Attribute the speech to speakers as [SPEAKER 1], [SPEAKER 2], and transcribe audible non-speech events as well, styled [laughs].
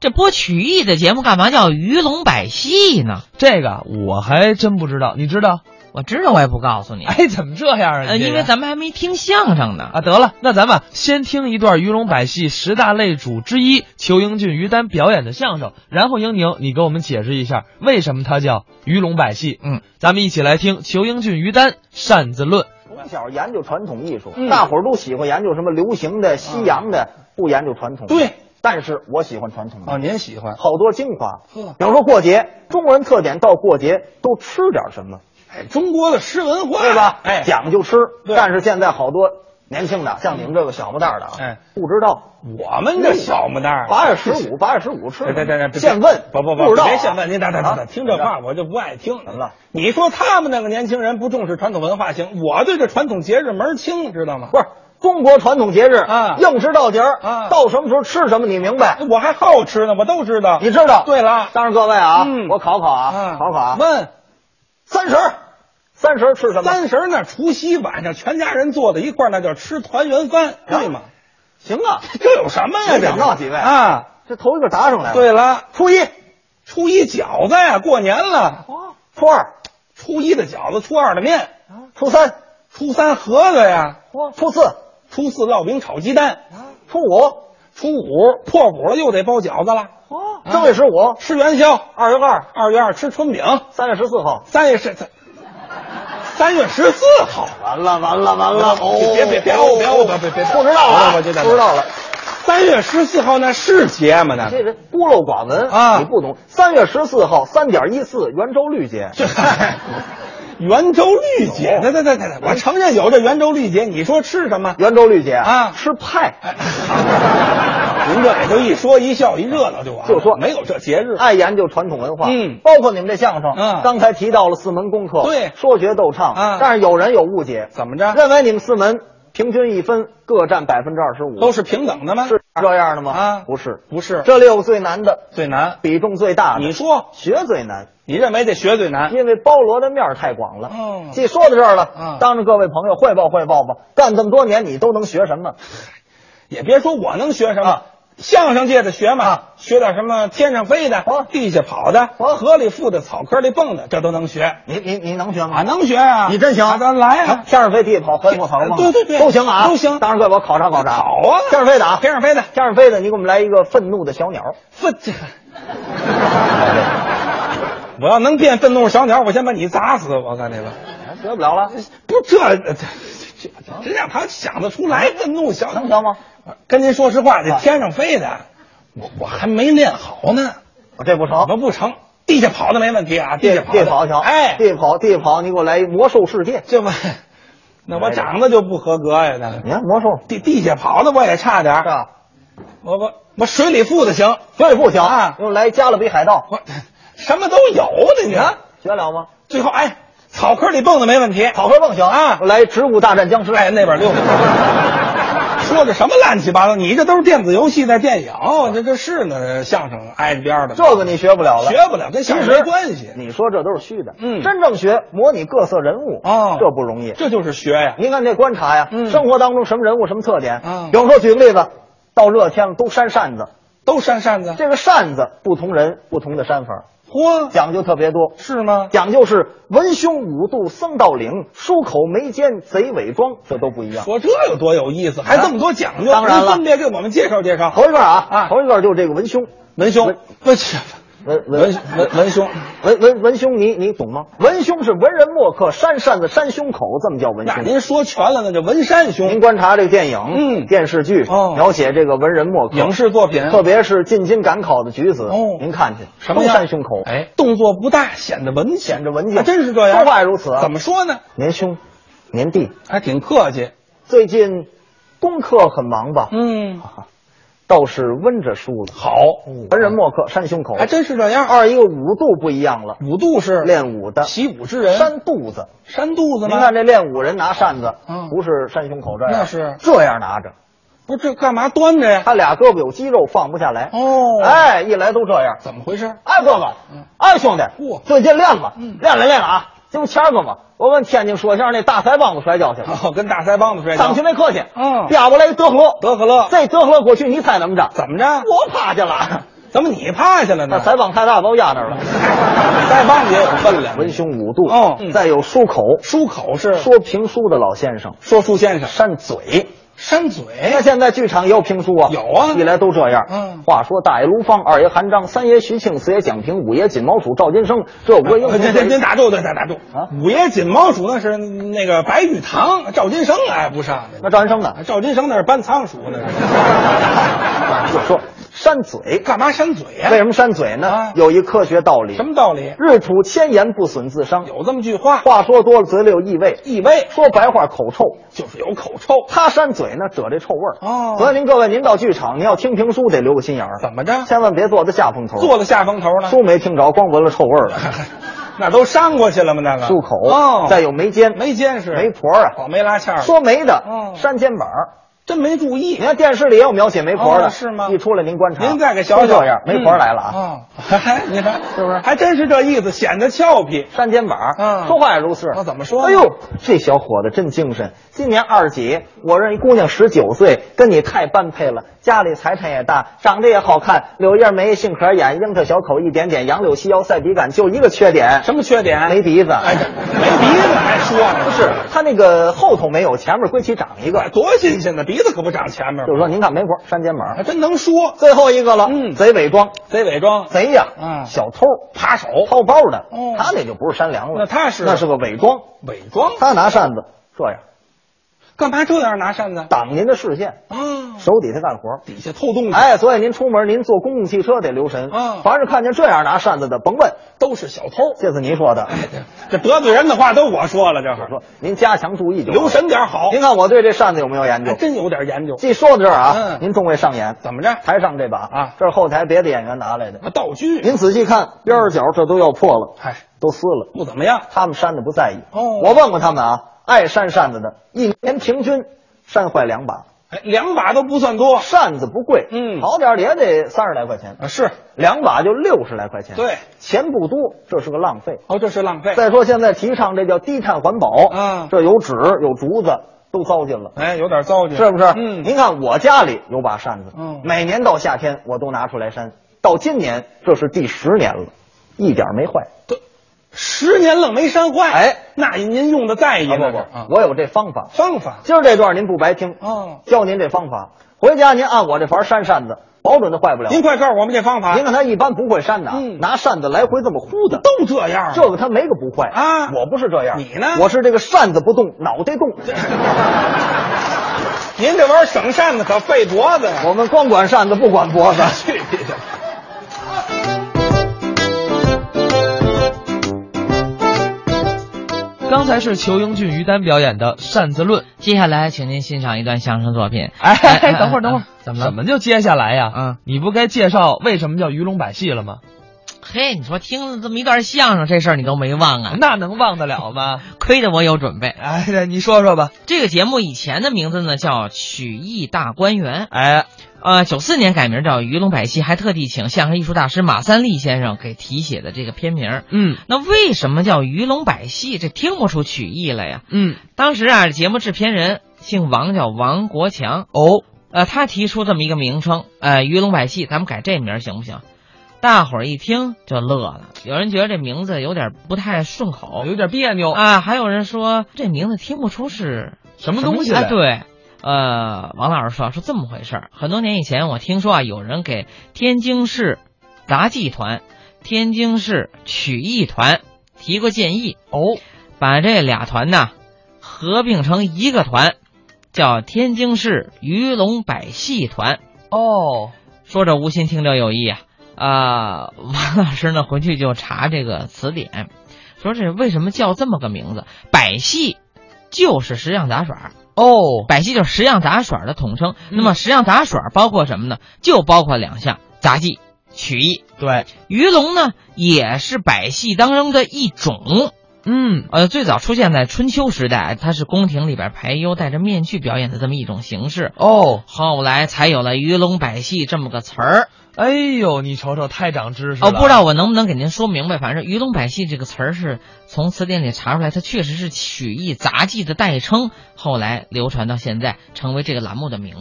[SPEAKER 1] 这播曲艺的节目干嘛叫鱼龙百戏呢？
[SPEAKER 2] 这个我还真不知道，你
[SPEAKER 1] [laughs]
[SPEAKER 2] 知道？
[SPEAKER 1] 我知道，我也不告诉你。
[SPEAKER 2] 哎，怎么这样啊？
[SPEAKER 1] 呃，
[SPEAKER 2] 你这
[SPEAKER 1] 因为
[SPEAKER 2] 人
[SPEAKER 1] 咱们还没听相声呢。
[SPEAKER 2] 啊，得了，那咱们先听一段鱼龙百戏十大类主之一裘英俊于丹表演的相声，然后英宁，你给我们解释一下为什么它叫鱼龙百戏？
[SPEAKER 1] 嗯，
[SPEAKER 2] 咱们一起来听裘英俊于丹擅自论。
[SPEAKER 3] 从小研究传统艺术，
[SPEAKER 2] 嗯
[SPEAKER 3] 大伙儿都喜欢研究什么流行的、西洋的，不研究传统。
[SPEAKER 4] 嗯对，
[SPEAKER 3] 但是我喜欢传统的，
[SPEAKER 4] 哦，您喜欢？
[SPEAKER 3] 好多精华。
[SPEAKER 4] 呵
[SPEAKER 3] 比方说过节，中国人特点到过节都吃点什么，
[SPEAKER 4] 哎，中国的诗文化，
[SPEAKER 3] 对吧？
[SPEAKER 4] 哎，
[SPEAKER 3] 讲究吃。
[SPEAKER 4] 对
[SPEAKER 3] 但是现在好多年轻的，像你们这个小木蛋儿的啊，
[SPEAKER 4] 哎，
[SPEAKER 3] 不知道。
[SPEAKER 4] 我们
[SPEAKER 3] 嗯
[SPEAKER 4] 这小木蛋儿，
[SPEAKER 3] 八月十五，八月十五吃什么。
[SPEAKER 4] 对对对对，
[SPEAKER 3] 啊现问，
[SPEAKER 4] 不不
[SPEAKER 3] 不知道啊，
[SPEAKER 4] 别现问，您等等等
[SPEAKER 3] 啊
[SPEAKER 4] 等，听这话
[SPEAKER 3] 啊
[SPEAKER 4] 我就不爱听。嗯
[SPEAKER 3] 怎么了？
[SPEAKER 4] 你说他们那个年轻人不重视传统文化行，我对这传统节日门儿清，知道吗？
[SPEAKER 3] 不是中国传统节日
[SPEAKER 4] 啊
[SPEAKER 3] 硬吃到节儿
[SPEAKER 4] 啊
[SPEAKER 3] 到什么时候吃什么，你明白？
[SPEAKER 4] 我还好吃呢，我都知道。
[SPEAKER 3] 你知道？
[SPEAKER 4] 对了
[SPEAKER 3] 当然各位啊，
[SPEAKER 4] 嗯
[SPEAKER 3] 我考考啊，考考啊，
[SPEAKER 4] 问
[SPEAKER 3] 三十儿，三十儿吃什么？
[SPEAKER 4] 三十儿那除夕晚上全家人坐在一块儿，那叫吃团圆饭，对吗？
[SPEAKER 3] 行啊，
[SPEAKER 4] 这有什么呀？这
[SPEAKER 3] 想到几位
[SPEAKER 4] 啊？
[SPEAKER 3] 这头一个答上来了。
[SPEAKER 4] 对，了，
[SPEAKER 3] 初一、
[SPEAKER 4] 初一饺子呀，过年了，
[SPEAKER 3] 初二、
[SPEAKER 4] 初一的饺子，初二的面，
[SPEAKER 3] 初三、
[SPEAKER 4] 初三盒子呀，
[SPEAKER 3] 初四、
[SPEAKER 4] 初四烙饼炒鸡蛋，
[SPEAKER 3] 初五、
[SPEAKER 4] 初五破五了又得包饺子了，
[SPEAKER 3] 正月十五、
[SPEAKER 4] 吃元宵，
[SPEAKER 3] 二月二、
[SPEAKER 4] 二月二吃春饼，
[SPEAKER 3] 三月十四号。
[SPEAKER 4] 三月十，三月十四号，
[SPEAKER 3] 完了完了完
[SPEAKER 4] 别别别别我别我别别别
[SPEAKER 3] 不知道了，
[SPEAKER 4] 我就
[SPEAKER 3] 不知道了。
[SPEAKER 4] 三月十四号那是节吗？那
[SPEAKER 3] 这人孤陋寡闻
[SPEAKER 4] 啊
[SPEAKER 3] 你不懂。三月十四号，三点一四，圆周率节。
[SPEAKER 4] 这嗨，圆周率节，对对对对对，我承认有这圆周率节，你说吃什么？
[SPEAKER 3] 圆周率节
[SPEAKER 4] 啊
[SPEAKER 3] 吃派。
[SPEAKER 4] [laughs] 您这也就一说一笑一热闹就完了，
[SPEAKER 3] 啊就说哎
[SPEAKER 4] 没有这节日，
[SPEAKER 3] 爱研究传统文化，
[SPEAKER 4] 嗯
[SPEAKER 3] 包括你们这相声，
[SPEAKER 4] 嗯
[SPEAKER 3] 刚才提到了四门功课，
[SPEAKER 4] 对
[SPEAKER 3] 说学逗唱，
[SPEAKER 4] 嗯
[SPEAKER 3] 但是有人有误解，
[SPEAKER 4] 怎么着
[SPEAKER 3] 认为你们四门平均一分各占百分之二十五，
[SPEAKER 4] 都是平等的吗？
[SPEAKER 3] 是这样的吗？
[SPEAKER 4] 啊
[SPEAKER 3] 不是，
[SPEAKER 4] 不是
[SPEAKER 3] 这六个最难的，
[SPEAKER 4] 最难，
[SPEAKER 3] 比重最大的，
[SPEAKER 4] 你说
[SPEAKER 3] 学最难，
[SPEAKER 4] 你认为这学最难？
[SPEAKER 3] 因为包罗的面儿太广了。
[SPEAKER 4] 嗯
[SPEAKER 3] 既说到这儿了，
[SPEAKER 4] 嗯
[SPEAKER 3] 当着各位朋友汇报汇报吧，干这么多年你都能学什么？
[SPEAKER 4] 也别说我能学什么，
[SPEAKER 3] 啊
[SPEAKER 4] 相声界的学嘛，学点什么天上飞的、
[SPEAKER 3] 啊
[SPEAKER 4] 地下跑的、
[SPEAKER 3] 啊
[SPEAKER 4] 河里浮的、草坑里蹦的，这都能学
[SPEAKER 3] 你你你能学吗？
[SPEAKER 4] 啊，能学啊！
[SPEAKER 3] 你真行
[SPEAKER 4] 啊咱来
[SPEAKER 3] 啊
[SPEAKER 4] 啊！
[SPEAKER 3] 天上飞地跑，河里跑吗？
[SPEAKER 4] 对对对
[SPEAKER 3] 都行啊，
[SPEAKER 4] 都行
[SPEAKER 3] 当然，各位我考察考察。
[SPEAKER 4] 好啊
[SPEAKER 3] 天上飞的啊，
[SPEAKER 4] 天上飞的，
[SPEAKER 3] 天上飞的，你给我们来一个愤怒的小鸟。
[SPEAKER 4] 愤这。 [laughs] 我要能变愤怒小鸟，我先把你砸死！我告诉你吧，
[SPEAKER 3] 哎学不了了，
[SPEAKER 4] 不，这这这这让他想得出来愤怒小
[SPEAKER 3] 能
[SPEAKER 4] 鸟
[SPEAKER 3] 行吗？
[SPEAKER 4] 跟您说实话，这
[SPEAKER 3] 啊
[SPEAKER 4] 天上飞的，我我还没练好呢，
[SPEAKER 3] 我啊这不
[SPEAKER 4] 我
[SPEAKER 3] 成。
[SPEAKER 4] 们不成。地下跑的没问题啊，
[SPEAKER 3] 地
[SPEAKER 4] 下跑
[SPEAKER 3] 地
[SPEAKER 4] 的
[SPEAKER 3] 跑行，
[SPEAKER 4] 哎，
[SPEAKER 3] 地跑地跑，你给我来一魔兽世界。
[SPEAKER 4] 这不，那我长得就不合格呀，那
[SPEAKER 3] 你看魔兽
[SPEAKER 4] 地地下跑的我也差点
[SPEAKER 3] 是
[SPEAKER 4] 儿，
[SPEAKER 3] 吧？
[SPEAKER 4] 我我我水里浮的行，
[SPEAKER 3] 学也不行
[SPEAKER 4] 啊
[SPEAKER 3] 给我来加勒比海盗，
[SPEAKER 4] 我什么都有呢，你看，
[SPEAKER 3] 学了吗？
[SPEAKER 4] 最后哎，草坑里蹦的没问题，
[SPEAKER 3] 草根梦行
[SPEAKER 4] 啊
[SPEAKER 3] 我来植物大战僵尸。
[SPEAKER 4] 哎那边溜达，
[SPEAKER 3] [laughs]
[SPEAKER 4] 说的什么乱七八糟，你这都是电子游戏在电影，这这是呢相声挨着边儿的，
[SPEAKER 3] 这个你学不了了，
[SPEAKER 4] 学不了跟相声
[SPEAKER 3] 其实
[SPEAKER 4] 没关系
[SPEAKER 3] 你说这都是虚的，
[SPEAKER 4] 嗯
[SPEAKER 3] 真正学模拟各色人物
[SPEAKER 4] 哦
[SPEAKER 3] 这不容易。
[SPEAKER 4] 这就是学呀，
[SPEAKER 3] 您看这观察呀，
[SPEAKER 4] 嗯
[SPEAKER 3] 生活当中什么人物什么特点？
[SPEAKER 4] 嗯
[SPEAKER 3] 比方说举个例子，到热天了都扇扇子，
[SPEAKER 4] 都扇扇子，
[SPEAKER 3] 这个扇子不同人不同的扇法，
[SPEAKER 4] 嚯，
[SPEAKER 3] 讲究特别多。
[SPEAKER 4] 是吗？
[SPEAKER 3] 讲究是文胸五度僧到领，梳口眉间贼伪装，这都不一样。
[SPEAKER 4] 说这有多有意思，还这么多讲究，
[SPEAKER 3] 当然了
[SPEAKER 4] 您分别给我们介绍介绍。
[SPEAKER 3] 头一个啊，
[SPEAKER 4] 啊
[SPEAKER 3] 头一个就是这个文胸，
[SPEAKER 4] 文兄，文
[SPEAKER 3] 文
[SPEAKER 4] 文文文兄，
[SPEAKER 3] 文文文胸，你你懂吗？文胸是文人墨客扇扇子扇胸口，这么叫文
[SPEAKER 4] [laughs] 那
[SPEAKER 3] 胸。
[SPEAKER 4] 您说全了，那就文山兄
[SPEAKER 3] 您观察这个电影、
[SPEAKER 4] 嗯
[SPEAKER 3] 电视剧，
[SPEAKER 4] 哦
[SPEAKER 3] 描写这个文人墨客
[SPEAKER 4] 影视作品
[SPEAKER 3] 特别是进京赶考的举子，
[SPEAKER 4] 哦
[SPEAKER 3] 您看去，
[SPEAKER 4] 什么
[SPEAKER 3] 都
[SPEAKER 4] 样
[SPEAKER 3] 扇胸口，，
[SPEAKER 4] 哎，动作不大，显得文气，
[SPEAKER 3] 显着文静
[SPEAKER 4] 还真是这样。
[SPEAKER 3] 说话也如此啊
[SPEAKER 4] 怎么说呢？
[SPEAKER 3] 您兄，您弟，
[SPEAKER 4] 还挺客气。
[SPEAKER 3] 最近功课很忙吧？
[SPEAKER 4] 嗯，
[SPEAKER 3] 倒是温着书了。
[SPEAKER 4] 好，
[SPEAKER 3] 文人墨客扇胸口，
[SPEAKER 4] 还真是这样。
[SPEAKER 3] 二一个五度不一样了，
[SPEAKER 4] 武度是
[SPEAKER 3] 练武的
[SPEAKER 4] 习武之人，
[SPEAKER 3] 扇肚子。
[SPEAKER 4] 扇肚子
[SPEAKER 3] 您
[SPEAKER 4] 吗？
[SPEAKER 3] 看这练武人拿扇子，
[SPEAKER 4] 嗯
[SPEAKER 3] 不是扇胸口这样，
[SPEAKER 4] 那是
[SPEAKER 3] 这样拿着，
[SPEAKER 4] 不是这干嘛端着呀？
[SPEAKER 3] 他俩胳膊有肌肉放不下来。
[SPEAKER 4] 哦
[SPEAKER 3] 哎，一来都这样。
[SPEAKER 4] 怎么回事？
[SPEAKER 3] 哎，哥哥，哎，兄弟
[SPEAKER 4] 嚯，
[SPEAKER 3] 最近练了，
[SPEAKER 4] 嗯
[SPEAKER 3] 练了练了啊！今前儿个嘛，我问天津说相声那大腮帮子摔跤去了，
[SPEAKER 4] 哦，跟大腮帮子摔跤。
[SPEAKER 3] 上去没客气，
[SPEAKER 4] 嗯
[SPEAKER 3] 啪过来一德和乐，
[SPEAKER 4] 德克勒
[SPEAKER 3] 这德和乐过去你猜怎么着？
[SPEAKER 4] 怎么着？
[SPEAKER 3] 我趴下了，
[SPEAKER 4] 怎么你趴下了
[SPEAKER 3] 那
[SPEAKER 4] 呢？
[SPEAKER 3] 腮帮太大都压那儿
[SPEAKER 4] [laughs]
[SPEAKER 3] 了。
[SPEAKER 4] 腮帮子也有分量。
[SPEAKER 3] 文胸五度，
[SPEAKER 4] 哦嗯
[SPEAKER 3] 再有漱口，
[SPEAKER 4] 漱口是
[SPEAKER 3] 说评书的老先生
[SPEAKER 4] 说书先生
[SPEAKER 3] 扇嘴。
[SPEAKER 4] 扇嘴
[SPEAKER 3] 那，现在剧场也有评书啊，
[SPEAKER 4] 哎有啊
[SPEAKER 3] 历来都这样。
[SPEAKER 4] 嗯
[SPEAKER 3] 话说大爷卢芳，二爷韩章，三爷徐庆，四爷蒋平，五爷锦毛鼠赵金生，这五个英雄
[SPEAKER 4] 呃这这您打住，啊对，打打住
[SPEAKER 3] 啊
[SPEAKER 4] 五爷锦毛鼠那是那个白玉堂，赵金生挨不上
[SPEAKER 3] 那赵金生呢？
[SPEAKER 4] 赵金生那是搬仓鼠
[SPEAKER 3] [laughs]
[SPEAKER 4] 那是，
[SPEAKER 3] 就说扇嘴，
[SPEAKER 4] 干嘛扇嘴呀、
[SPEAKER 3] 为什么扇嘴呢
[SPEAKER 4] 啊？
[SPEAKER 3] 有一科学道理。
[SPEAKER 4] 什么道理？
[SPEAKER 3] 日吐千言不损自伤，
[SPEAKER 4] 有这么句话，
[SPEAKER 3] 话说多了嘴里有异味，
[SPEAKER 4] 异味
[SPEAKER 3] 说白话口臭。
[SPEAKER 4] 就是有口臭。
[SPEAKER 3] 他扇嘴呢，褶这臭味儿。
[SPEAKER 4] 哦
[SPEAKER 3] 所以您各位，您到剧场，您要听评书得留个心眼儿，
[SPEAKER 4] 怎么着？
[SPEAKER 3] 千万别坐在下风头。
[SPEAKER 4] 坐在下风头呢？
[SPEAKER 3] 书没听着，光闻了臭味
[SPEAKER 4] [laughs]
[SPEAKER 3] 儿了。
[SPEAKER 4] 那都扇过去了吗？那个
[SPEAKER 3] 漱口，
[SPEAKER 4] 哦，
[SPEAKER 3] 再有眉间，
[SPEAKER 4] 没监视，
[SPEAKER 3] 媒婆啊，
[SPEAKER 4] 哦，没拉纤儿，
[SPEAKER 3] 说媒的
[SPEAKER 4] 哦
[SPEAKER 3] 扇肩膀儿。
[SPEAKER 4] 真没注意
[SPEAKER 3] 你。看电视里也有描写媒婆的，
[SPEAKER 4] 哦是吗
[SPEAKER 3] 一出来您观察，
[SPEAKER 4] 您再给小嗯
[SPEAKER 3] 都
[SPEAKER 4] 小
[SPEAKER 3] 这样，媒婆来了啊，
[SPEAKER 4] 啊！哦 [laughs] 你看
[SPEAKER 3] 是不是
[SPEAKER 4] 还真是这意思，显得俏皮。
[SPEAKER 3] 扇肩膀儿，
[SPEAKER 4] 嗯
[SPEAKER 3] 说话也如是。
[SPEAKER 4] 那怎么说呢
[SPEAKER 3] 哎呦，这小伙子真精神，今年二十几，我认一姑娘十九岁，跟你太般配了，家里财产也大，长得也好看，柳叶眉、杏核眼、樱桃小口一点点，杨柳细腰赛笔杆，就一个缺点，
[SPEAKER 4] 什么缺点？
[SPEAKER 3] 没鼻子。
[SPEAKER 4] 哎，这没鼻子还说呢？哎
[SPEAKER 3] 不是，他那个后头没有，前面归齐长一个。
[SPEAKER 4] 多新鲜呢！鼻子可不长前面
[SPEAKER 3] 就，是说，您看媒婆扇肩膀儿
[SPEAKER 4] 还，真能说。
[SPEAKER 3] 最后一个了，
[SPEAKER 4] 哎嗯
[SPEAKER 3] 贼伪装，
[SPEAKER 4] 贼伪装，
[SPEAKER 3] 贼呀，
[SPEAKER 4] 嗯
[SPEAKER 3] 小偷扒手掏包的，
[SPEAKER 4] 哦
[SPEAKER 3] 他那就不是山梁了，
[SPEAKER 4] 那他是
[SPEAKER 3] 那是个伪装，
[SPEAKER 4] 伪装，
[SPEAKER 3] 他拿扇子这样
[SPEAKER 4] 干嘛这样拿扇子？
[SPEAKER 3] 挡您的视线，
[SPEAKER 4] 啊，
[SPEAKER 3] 手底下干活。
[SPEAKER 4] 底下偷东西，
[SPEAKER 3] 哎，所以您出门您坐公共汽车得留神，
[SPEAKER 4] 嗯
[SPEAKER 3] 凡是看见这样拿扇子的，甭问，
[SPEAKER 4] 都是小偷。哎
[SPEAKER 3] 这是您说的，
[SPEAKER 4] 这得罪人的话都我说了，这会
[SPEAKER 3] 我
[SPEAKER 4] 儿
[SPEAKER 3] 说您加强注意就好
[SPEAKER 4] 留。神点好。
[SPEAKER 3] 您看我对这扇子有没有研
[SPEAKER 4] 还
[SPEAKER 3] 究？
[SPEAKER 4] 真有点研究，
[SPEAKER 3] 既说到这儿啊，
[SPEAKER 4] 嗯
[SPEAKER 3] 您众位上演，
[SPEAKER 4] 怎么着？
[SPEAKER 3] 台上这把
[SPEAKER 4] 啊
[SPEAKER 3] 这是后台别的演员拿来的，
[SPEAKER 4] 道具？
[SPEAKER 3] 您仔细看边儿角这都要破了，
[SPEAKER 4] 嗨，
[SPEAKER 3] 都撕了。
[SPEAKER 4] 不怎么样。
[SPEAKER 3] 他们扇的不在意。
[SPEAKER 4] 哦
[SPEAKER 3] 我问过他们啊，爱扇扇子的，一年平均扇坏两把，
[SPEAKER 4] 哎，两把都不算多。
[SPEAKER 3] 扇子不贵，
[SPEAKER 4] 哦嗯
[SPEAKER 3] 好点儿的也得三十来块钱，
[SPEAKER 4] 啊，是。
[SPEAKER 3] 两把就六十来块钱，
[SPEAKER 4] 对，
[SPEAKER 3] 钱不多，这是个浪费。
[SPEAKER 4] 哦，这是浪费。
[SPEAKER 3] 再说现在提倡这叫低碳环保，
[SPEAKER 4] 嗯
[SPEAKER 3] 这有纸有竹子都糟践了。
[SPEAKER 4] 哎，有点糟践，
[SPEAKER 3] 是不是？
[SPEAKER 4] 嗯，
[SPEAKER 3] 您看我家里有把扇子，
[SPEAKER 4] 嗯
[SPEAKER 3] 每年到夏天我都拿出来扇，到今年这是第十年了，一点儿没坏。
[SPEAKER 4] 十年愣没扇坏。
[SPEAKER 3] 哎，
[SPEAKER 4] 那您用的在意
[SPEAKER 3] 啊
[SPEAKER 4] 那
[SPEAKER 3] 不
[SPEAKER 4] 是
[SPEAKER 3] 不
[SPEAKER 4] 啊，
[SPEAKER 3] 我有这方法，
[SPEAKER 4] 方法。
[SPEAKER 3] 今儿这段您不白听，
[SPEAKER 4] 哦，
[SPEAKER 3] 教您这方法，回家您按我这法儿扇扇子，保准它坏不了。
[SPEAKER 4] 您快告诉我们这方法。
[SPEAKER 3] 您看他一般不会扇的啊，
[SPEAKER 4] 啊嗯
[SPEAKER 3] 拿扇子来回这么呼的，
[SPEAKER 4] 都这样，
[SPEAKER 3] 这个他没个不坏
[SPEAKER 4] 啊
[SPEAKER 3] 我不是这样，
[SPEAKER 4] 你呢
[SPEAKER 3] 我是这个扇子不动，脑袋
[SPEAKER 4] [laughs]
[SPEAKER 3] 动。
[SPEAKER 4] 您这玩意儿省扇子可费脖子呀。
[SPEAKER 3] 我们光管扇子不管脖子。
[SPEAKER 4] 去你的！
[SPEAKER 2] 刚才是裘英俊、于丹表演的《扇子论》。
[SPEAKER 1] 接下来，请您欣赏一段相声作品。
[SPEAKER 2] 哎，
[SPEAKER 1] 哎
[SPEAKER 2] 等会儿，等会儿
[SPEAKER 1] 哎，怎么
[SPEAKER 2] 怎
[SPEAKER 1] 了？
[SPEAKER 2] 么就接下来呀？
[SPEAKER 1] 嗯，
[SPEAKER 2] 你不该介绍为什么叫鱼龙百戏了吗？
[SPEAKER 1] 嘿，你说听了这么一段相声，这事儿你都没忘啊？
[SPEAKER 2] 那能忘得了
[SPEAKER 1] [laughs]
[SPEAKER 2] 吗？
[SPEAKER 1] 亏得我有准备。
[SPEAKER 2] 哎，你说说吧。
[SPEAKER 1] 这个节目以前的名字呢叫《曲艺大观园》，
[SPEAKER 2] 哎，
[SPEAKER 1] 呃，九四年改名叫《鱼龙百戏》，还特地请相声艺术大师马三立先生给题写的这个片名儿。
[SPEAKER 2] 嗯
[SPEAKER 1] 那为什么叫鱼龙百戏？这听不出曲艺来呀。
[SPEAKER 2] 嗯，
[SPEAKER 1] 当时啊，节目制片人姓王，叫王国强。
[SPEAKER 2] 哦，
[SPEAKER 1] 呃，他提出这么一个名称，呃，鱼龙百戏，咱们改这名儿行不行？大伙儿一听就乐了，有人觉得这名字有点不太顺口
[SPEAKER 2] 有点别扭，
[SPEAKER 1] 啊，还有人说这名字听不出是
[SPEAKER 2] 什么东西
[SPEAKER 1] 哎，
[SPEAKER 2] 来？
[SPEAKER 1] 对，呃，王老师说是这么回事儿。很多年以前，我听说啊，有人给天津市杂技团、天津市曲艺团提过建议，
[SPEAKER 2] 哦，
[SPEAKER 1] 把这俩团呐合并成一个团，叫天津市鱼龙百戏团。
[SPEAKER 2] 哦，
[SPEAKER 1] 说者无心，听者有意啊。啊、 [laughs] 王老师呢回去就查这个词典，说这为什么叫这么个名字？百戏就是十样杂耍。
[SPEAKER 2] 哦，
[SPEAKER 1] 百戏就是十样杂耍的统称。
[SPEAKER 2] 嗯
[SPEAKER 1] 那么十样杂耍包括什么呢？就包括两项杂技、曲艺。
[SPEAKER 2] 对，
[SPEAKER 1] 鱼龙呢也是百戏当中的一种。
[SPEAKER 2] 嗯，
[SPEAKER 1] 呃，最早出现在春秋时代，它是宫廷里边排优戴着面具表演的这么一种形式。
[SPEAKER 2] 哦，
[SPEAKER 1] 后来才有了“鱼龙百戏”这么个词儿。
[SPEAKER 2] 哎呦，你瞅瞅，太长知识了。
[SPEAKER 1] 哦，不知道我能不能给您说明白，反正“鱼龙百戏”这个词儿是从词典里查出来，它确实是曲艺杂技的代称，后来流传到现在，成为这个栏目的名字。